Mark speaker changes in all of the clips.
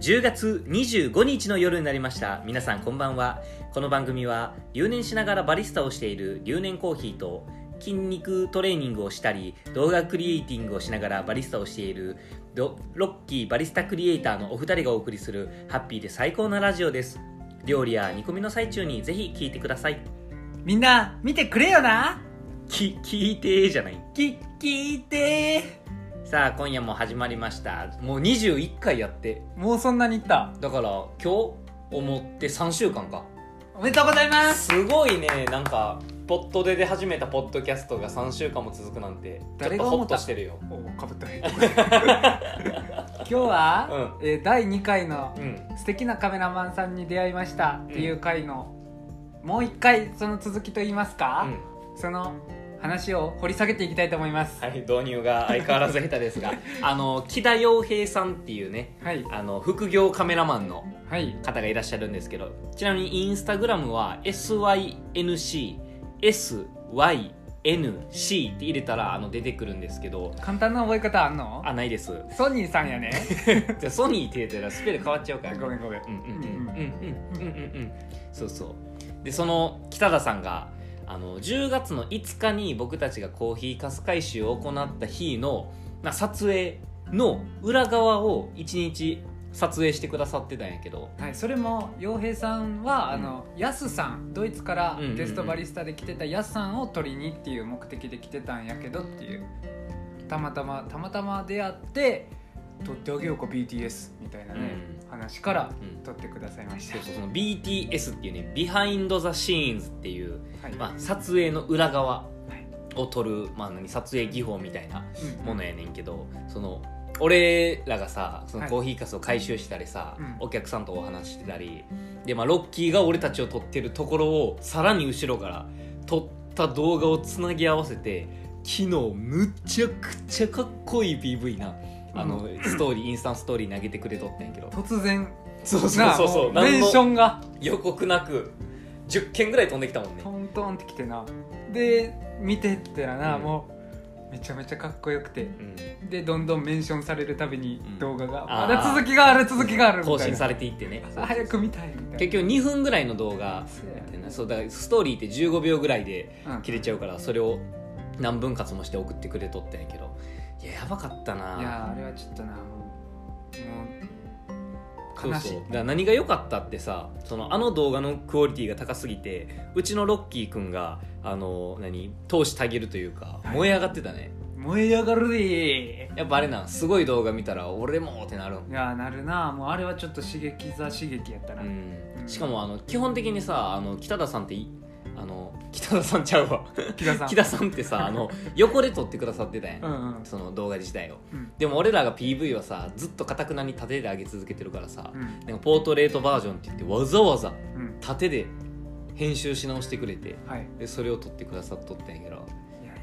Speaker 1: 10月25日の夜になりました皆さんこんばんはこの番組は留年しながらバリスタをしている留年コーヒーと筋肉トレーニングをしたり動画クリエイティングをしながらバリスタをしているドロッキーバリスタクリエイターのお二人がお送りするハッピーで最高なラジオです料理や煮込みの最中にぜひ聞いてください
Speaker 2: みんな見てくれよな
Speaker 1: き聞いてじゃない
Speaker 2: き聞いて
Speaker 1: さあ今夜も始まりましたもう21回やって
Speaker 2: もうそんなにいった
Speaker 1: だから今日思って3週間か
Speaker 2: おめでとうございます
Speaker 1: すごいねなんかポットで出始めたポッドキャストが3週間も続くなんてちょっ
Speaker 2: 誰
Speaker 1: と
Speaker 2: が
Speaker 1: ホ
Speaker 2: 思
Speaker 1: ッ
Speaker 2: っ
Speaker 1: と
Speaker 2: た
Speaker 1: してるよ
Speaker 2: おかぶった今日は、えー第2回の
Speaker 1: うん
Speaker 2: 素敵なカメラマンさんに出会いましたっていう回の、もう1回その続きといいます
Speaker 1: う
Speaker 2: か、
Speaker 1: ん
Speaker 2: その話を掘り下げていきたいと思います
Speaker 1: はい導入が相変わらず下手です があの木田洋平さんっていうね
Speaker 2: はい
Speaker 1: あの副業カメラマンの
Speaker 2: はい
Speaker 1: 方がいらっしゃるんですけどちなみにインスタグラムは SYNCSYNC って入れたらあの出てくるんですけど
Speaker 2: 簡単な覚え方あんの
Speaker 1: あないです
Speaker 2: ソニーさんやね
Speaker 1: じゃあソニーって言ったらス ペル変わっちゃうから
Speaker 2: ごめんごめん
Speaker 1: うんうんうんうんうんうんうんうんそうそうでその北田さんがあの10月の5日に僕たちがコーヒーカス回収を行った日の、まあ、撮影の裏側を1日撮影してくださってたんやけど
Speaker 2: はい、それも洋平さんは、
Speaker 1: うん
Speaker 2: あのヤスさんドイツから
Speaker 1: うんうんうん
Speaker 2: ゲストバリスタで来てたヤスさんを取りにっていう目的で来てたんやけどっていうたまたまたまたま出会って取ってあげようか BTS みたいなね、話から
Speaker 1: うん
Speaker 2: 取ってくださいました
Speaker 1: そうそうその BTS っていうねビハインド・ザ・シーンズっていう、
Speaker 2: はい、
Speaker 1: まあ、撮影の裏側
Speaker 2: はい
Speaker 1: を撮る、まあ、何撮影技法みたいな
Speaker 2: うん
Speaker 1: ものやねんけどその俺らがさその
Speaker 2: はい
Speaker 1: コーヒーかすを回収したりさ、
Speaker 2: うん
Speaker 1: お客さんとお話してたりで、まあ、ロッキーが俺たちを撮ってるところをさらに後ろから撮った動画をつなぎ合わせて昨日むちゃくちゃかっこいい PV な。あのストーリーインスタントストーリー投げてくれとったんや けど
Speaker 2: 突然
Speaker 1: そうそう
Speaker 2: なあ
Speaker 1: そうそう
Speaker 2: もうメ
Speaker 1: 何
Speaker 2: ンショ
Speaker 1: の
Speaker 2: ンが
Speaker 1: 予告なく10件ぐらい飛んできたもんね
Speaker 2: トントンってきてなで見てってらな、
Speaker 1: うん
Speaker 2: もうめちゃめちゃかっこよくて
Speaker 1: うん
Speaker 2: でどんどんメンションされるたびに
Speaker 1: うん
Speaker 2: 動画が、
Speaker 1: あー
Speaker 2: まだ続きがある続きがあるみたい
Speaker 1: 更
Speaker 2: な
Speaker 1: 新されていってね
Speaker 2: あ早く見たいみたいな
Speaker 1: 結局2分ぐらいの動画ってなそうだからストーリーって15秒ぐらいで
Speaker 2: うん
Speaker 1: 切れちゃうからそれを何分割もして送ってくれとったんやけどいややばかったない
Speaker 2: やあれはちょっとなもうもう悲しい
Speaker 1: そうそうだから何が良かったってさそのあの動画のクオリティが高すぎてうちのロッキーくんがあの何闘志たげるというか
Speaker 2: はい
Speaker 1: 燃え上がってたね、
Speaker 2: 燃え上がるで
Speaker 1: やっぱあれなんすごい動画見たら俺もってなるん
Speaker 2: いやなるなもうあれはちょっと刺激ザ刺激やったな、
Speaker 1: うんしかもあの基本的にさあの北田さんっていあの北田さんちゃうわ
Speaker 2: 木田さん
Speaker 1: 木田さんってさあの横で撮ってくださってたやん、
Speaker 2: うんうん
Speaker 1: その動画自体を
Speaker 2: うん
Speaker 1: でも俺らが PV はさずっとかたくなに縦で上げ続けてるからさ、
Speaker 2: うん
Speaker 1: なんかポートレートバージョンって言ってわざわざ
Speaker 2: うん
Speaker 1: 縦で編集し直してくれて
Speaker 2: はい
Speaker 1: でそれを撮ってくださっとったんやけど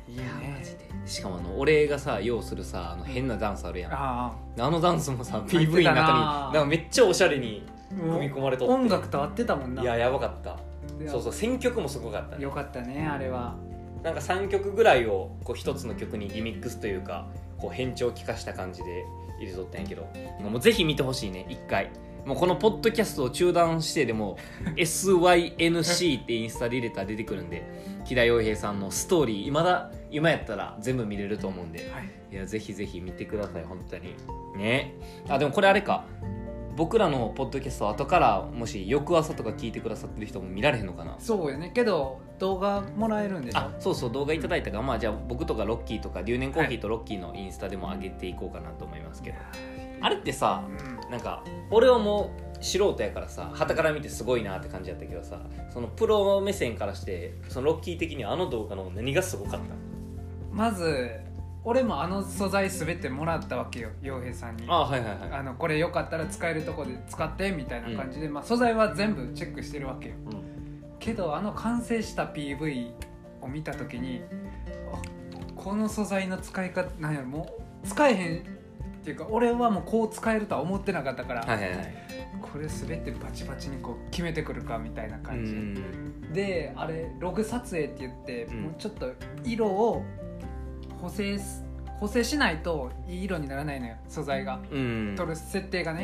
Speaker 2: いやいいね
Speaker 1: でしかもあの俺がさ用するさあの変なダンスあるやんあ
Speaker 2: あ
Speaker 1: のダンスもさ
Speaker 2: 入
Speaker 1: PV の
Speaker 2: っ
Speaker 1: 中
Speaker 2: て
Speaker 1: に
Speaker 2: たな
Speaker 1: なんかめっちゃおしゃれに
Speaker 2: あ
Speaker 1: 組み込まれとって
Speaker 2: 音楽と合ってたもんない
Speaker 1: ややばかった
Speaker 2: で
Speaker 1: そうそう選曲もすごかったね
Speaker 2: よかったねあれは
Speaker 1: なんか3曲ぐらいをこう1つの曲にリミックスというかこう変調を聞かした感じで入れとったんやけどもうぜひ見てほしいね1回もうこのポッドキャストを中断してでも SYNC ってインスタで入れたら出てくるんで木田洋平さんのストーリー今だ今やったら全部見れると思うんで
Speaker 2: はい
Speaker 1: いやぜひぜひ見てください本当にねあでもこれあれか僕らのポッドキャストは後からもし翌朝とか聞いてくださってる人も見られへんのかな
Speaker 2: そうやねけど動画もらえるんでしょ
Speaker 1: あそうそう動画いただいたから、まあじゃあ僕とかロッキーとか留年コーヒーとロッキーのインスタでも上げていこうかなと思いますけど、あれってさ
Speaker 2: うん
Speaker 1: なんか俺はもう素人やからさはから見てすごいなって感じやったけどさそのプロ目線からしてそのロッキー的にはあの動画の何がすごかったの
Speaker 2: まず俺もあの素材全てもらったわけよ洋平さんに
Speaker 1: あはいはいはい
Speaker 2: あのこれよかったら使えるとこで使ってみたいな感じで、まあ、素材は全部チェックしてるわけよ
Speaker 1: うん
Speaker 2: けどあの完成した PV を見た時にあこの素材の使い方なんやろもう使えへんっていうか俺はもうこう使えるとは思ってなかったから、
Speaker 1: はいはいはい
Speaker 2: これ全てバチバチにこう決めてくるかみたいな
Speaker 1: う
Speaker 2: 感じ、
Speaker 1: ん
Speaker 2: であれログ撮影って言って、
Speaker 1: うん
Speaker 2: もうちょっと色を補正す補正しないといい色にならないのよ素材が
Speaker 1: うん
Speaker 2: 取る設定が
Speaker 1: う
Speaker 2: ね、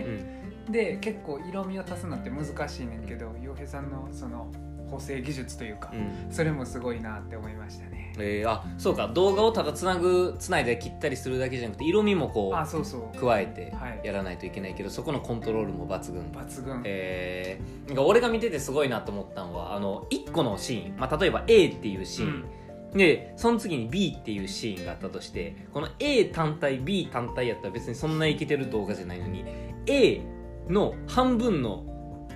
Speaker 1: ん
Speaker 2: で結構色味を足すのって難しいねんけど洋平さんのその補正技術というか
Speaker 1: う、ん
Speaker 2: それもすごいなって思いましたね
Speaker 1: えーあそうか動画をただつなぐつないで切ったりするだけじゃなくて色味もこ
Speaker 2: あ
Speaker 1: う
Speaker 2: そうそう
Speaker 1: 加えて
Speaker 2: はい
Speaker 1: やらないといけないけどそこのコントロールも抜群
Speaker 2: 抜群、
Speaker 1: えー、なんか俺が見ててすごいなと思ったのはあの1個のシーン、まあ、例えば A っていうシーン、でその次に B っていうシーンがあったとしてこの A 単体 B 単体やったら別にそんなイケてる動画じゃないのに A の半分の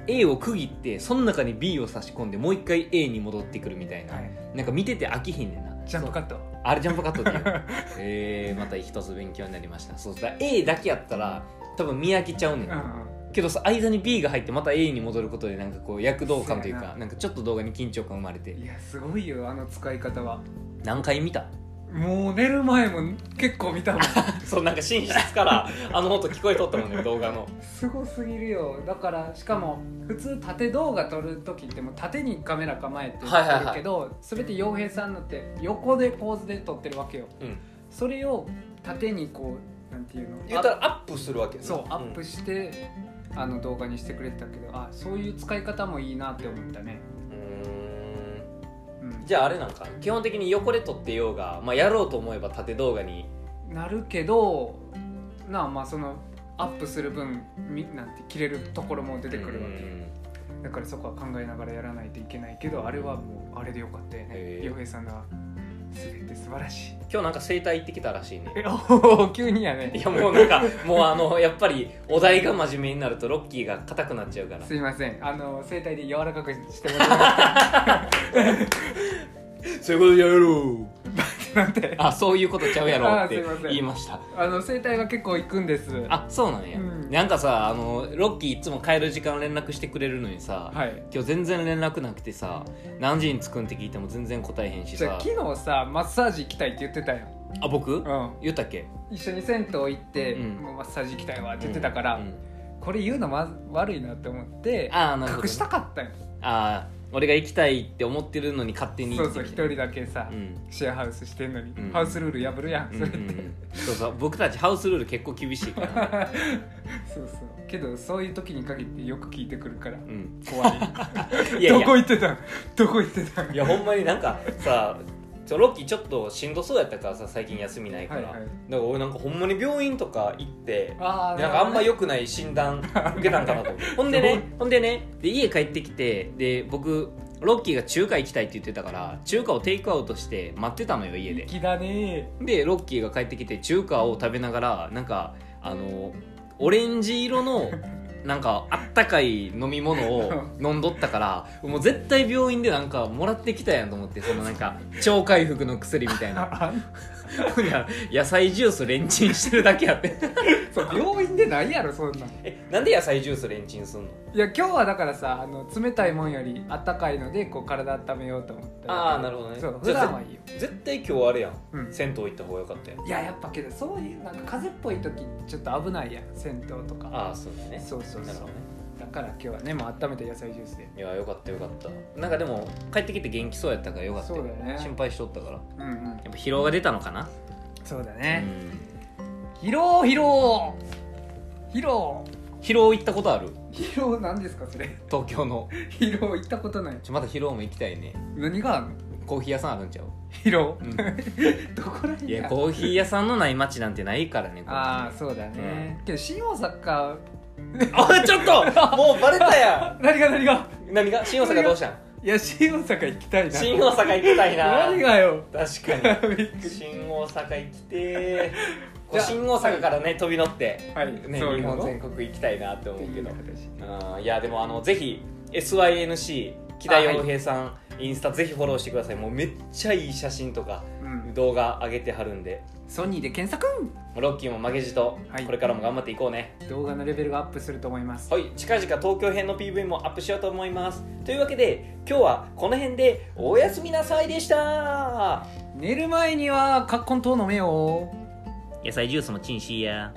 Speaker 1: A を区切ってその中に B を差し込んでもう一回 A に戻ってくるみたいな、
Speaker 2: はい、
Speaker 1: なんか見てて飽きひんねんな
Speaker 2: ジャンプカ
Speaker 1: ット
Speaker 2: ット
Speaker 1: あれジャンプカットっていう えー、また一つ勉強になりましたそうだから A だけやったら多分見飽きちゃうねん
Speaker 2: うんうん
Speaker 1: けどさ間に B が入ってまた A に戻ることでなんかこう躍動感という
Speaker 2: そうや
Speaker 1: か
Speaker 2: な
Speaker 1: なんかちょっと動画に緊張感生まれて
Speaker 2: いやすごいよあの使い方は
Speaker 1: 何回見た
Speaker 2: もう寝る前も結構見たもん
Speaker 1: そうなんか寝室 からあの音聞こえとったもんね動画の
Speaker 2: すごすぎるよだからしかも普通縦動画撮る時ってもう縦にカメラ構えて撮る
Speaker 1: はいはいはい
Speaker 2: けど、全て洋平さんのって横でポーズで撮ってるわけよ、
Speaker 1: うん
Speaker 2: それを縦にこうなんていうの
Speaker 3: 言ったらアップするわけね
Speaker 2: そうアップ
Speaker 3: ん
Speaker 2: して、あの動画にしてくれてたけどあそういう使い方もいいなって思ったね、
Speaker 1: う
Speaker 2: うん
Speaker 1: んじゃああれなんか基本的に横で撮ってようが、まあ、やろうと思えば縦動画に
Speaker 2: なるけどなあまあそのアップする分みなんて切れるところも出てくるわけよ、
Speaker 1: うん
Speaker 2: だからそこは考えながらやらないといけないけどあれはもうあれでよかったよ
Speaker 1: へ
Speaker 2: ね
Speaker 1: え
Speaker 2: 洋平さんが全て素晴ら しい
Speaker 1: 今日なんか整体行ってきたらしいね
Speaker 2: えおお急にやね
Speaker 1: いやもうなんかもうあのやっぱりお題が真面目になるとロッキーが硬くなっちゃうから
Speaker 2: すいませんあの声帯で柔らかくしてもらってま
Speaker 1: そういうことやろ
Speaker 2: すなんて
Speaker 1: あそういうことちゃうやろっ
Speaker 2: あ
Speaker 1: て
Speaker 2: すいません
Speaker 1: 言いました
Speaker 2: あの声帯が結構いくんです
Speaker 1: あそうなんや、
Speaker 2: うん
Speaker 1: なんかさあのロッキーいつも帰る時間連絡してくれるのにさ、
Speaker 2: はい
Speaker 1: 今日全然連絡なくてさ何時に着くんって聞いても全然答えへんし
Speaker 2: じゃ
Speaker 1: さ
Speaker 2: あ昨日さマッサージ行きたいって言ってたよ、
Speaker 1: あ僕、
Speaker 2: うん、
Speaker 1: 言ったっけ
Speaker 2: 一緒に銭湯行って、
Speaker 1: うん
Speaker 2: もうマッサージ行きたいわって言ってたから、
Speaker 1: うん
Speaker 2: これ言うのまず悪いなって思って
Speaker 1: あーなるほど
Speaker 2: 隠したかったよ
Speaker 1: あー俺が行きたいって思ってるのに勝手に
Speaker 2: そうそう一
Speaker 1: 行って
Speaker 2: 人だけさ、
Speaker 1: うん
Speaker 2: シェアハウスしてんのに、
Speaker 1: うん
Speaker 2: ハウスルール破るやん
Speaker 1: う
Speaker 2: そ
Speaker 1: んう
Speaker 2: れ
Speaker 1: ん
Speaker 2: って、
Speaker 1: う んそうそう僕たちハウスルール結構厳しいからね、
Speaker 2: そうそうけどそういう時に限ってよく聞いてくるから
Speaker 1: うん、
Speaker 2: 怖い
Speaker 1: いやい
Speaker 2: ど
Speaker 1: や
Speaker 2: こ行ってたんどこ行ってたん
Speaker 1: いやほんまになんかさちょロッキーちょっとしんどそうやったからさ最近休みないか
Speaker 2: は
Speaker 1: ら、
Speaker 2: いはい
Speaker 1: だから俺なんかほんまに病院とか行って
Speaker 2: あー
Speaker 1: なんかあんま
Speaker 2: る
Speaker 1: 良くない診断受けたんかなとほんでねほんでねで家帰ってきてで僕ロッキーが中華行きたいって言ってたから中華をテイクアウトして待ってたのよ
Speaker 2: ほ
Speaker 1: 家
Speaker 2: どね
Speaker 1: で
Speaker 2: 粋だね
Speaker 1: でロッキーが帰ってきて中華を食べながらなんかあのオレンジ色のなんかあったかい飲み物を飲んどったからもう絶対病院でなんかもらってきたやんと思ってそのなんか超回復の薬みたいな
Speaker 2: あ
Speaker 1: ほんなら野菜ジュースレンチンしてるだけやって
Speaker 2: そう病院でないやろそんなん
Speaker 1: えなんで野菜ジュースレンチンすんの
Speaker 2: いや今日はだからさあの冷たいもんよりあったかいのでこう体温めようと思った
Speaker 1: あーなるほどね
Speaker 2: そう
Speaker 1: じ
Speaker 2: 普
Speaker 1: ゃあ
Speaker 2: 段はいいよ、
Speaker 1: 絶対今日あれやん
Speaker 2: うん、
Speaker 1: 銭湯行った方が良かったよ
Speaker 2: いややっぱけどそういうなんか風邪っぽい時ちょっと危ないやん銭湯とか
Speaker 1: ああそうだね
Speaker 2: そうそう
Speaker 1: な
Speaker 2: そ
Speaker 1: るほど
Speaker 2: う
Speaker 1: ね
Speaker 2: だから今日はねもう温めた野菜ジュースで
Speaker 1: いやよかったよかったなんかでも帰ってきて元気そうやったからよかったよ
Speaker 2: そうだね
Speaker 1: 心配しとったからや
Speaker 2: うんうん
Speaker 1: っぱ疲労が出たのかな、
Speaker 2: そうだ
Speaker 1: う
Speaker 2: ね、
Speaker 1: ん、
Speaker 2: 疲労疲労疲労
Speaker 1: 疲労行ったことある
Speaker 2: 疲労なんですかそれ
Speaker 1: 東京の
Speaker 2: 疲労行ったことない
Speaker 1: ちょまた疲労も行きたいね
Speaker 2: 何があんの
Speaker 1: コーヒー屋さんあるんちゃう、
Speaker 2: 疲労
Speaker 1: う
Speaker 2: どこらへん
Speaker 1: ん、いやコーヒー屋さんのない街なんてないからね
Speaker 2: ああそうだね、けど新大阪
Speaker 1: あちょっと もうバレたや
Speaker 2: 何が何が
Speaker 1: ん何が新大阪どうしたん
Speaker 2: いや新大阪行きたいな
Speaker 1: 新大阪行きたいな
Speaker 2: 何がよ
Speaker 1: 確かに
Speaker 2: びっくり
Speaker 1: 新大阪行き てーこ
Speaker 2: じ
Speaker 1: う
Speaker 2: ゃあ
Speaker 1: 新大阪からね飛び乗って、
Speaker 2: はい
Speaker 1: ね、
Speaker 2: そう
Speaker 1: 日
Speaker 2: いうの
Speaker 1: 本全国行きたいなって思うけど
Speaker 2: っていう形
Speaker 1: うんいやでもあのぜひ SYNC 木田洋平さん、インスタぜひフォローしてくださいもうめっちゃいい写真とか
Speaker 2: うん
Speaker 1: 動画上げてはるんで
Speaker 2: ソニーで検索
Speaker 1: ロッキーも負けじと
Speaker 2: はい
Speaker 1: これからも頑張っていこうね
Speaker 2: 動画のレベルがアップすると思います
Speaker 1: はい、近々東京編の PV もアップしようと思いますというわけで今日はこの辺でおやすみなさいでした
Speaker 2: 寝る前にはカッコン糖飲めよ
Speaker 1: 野菜ジュースもチンしいや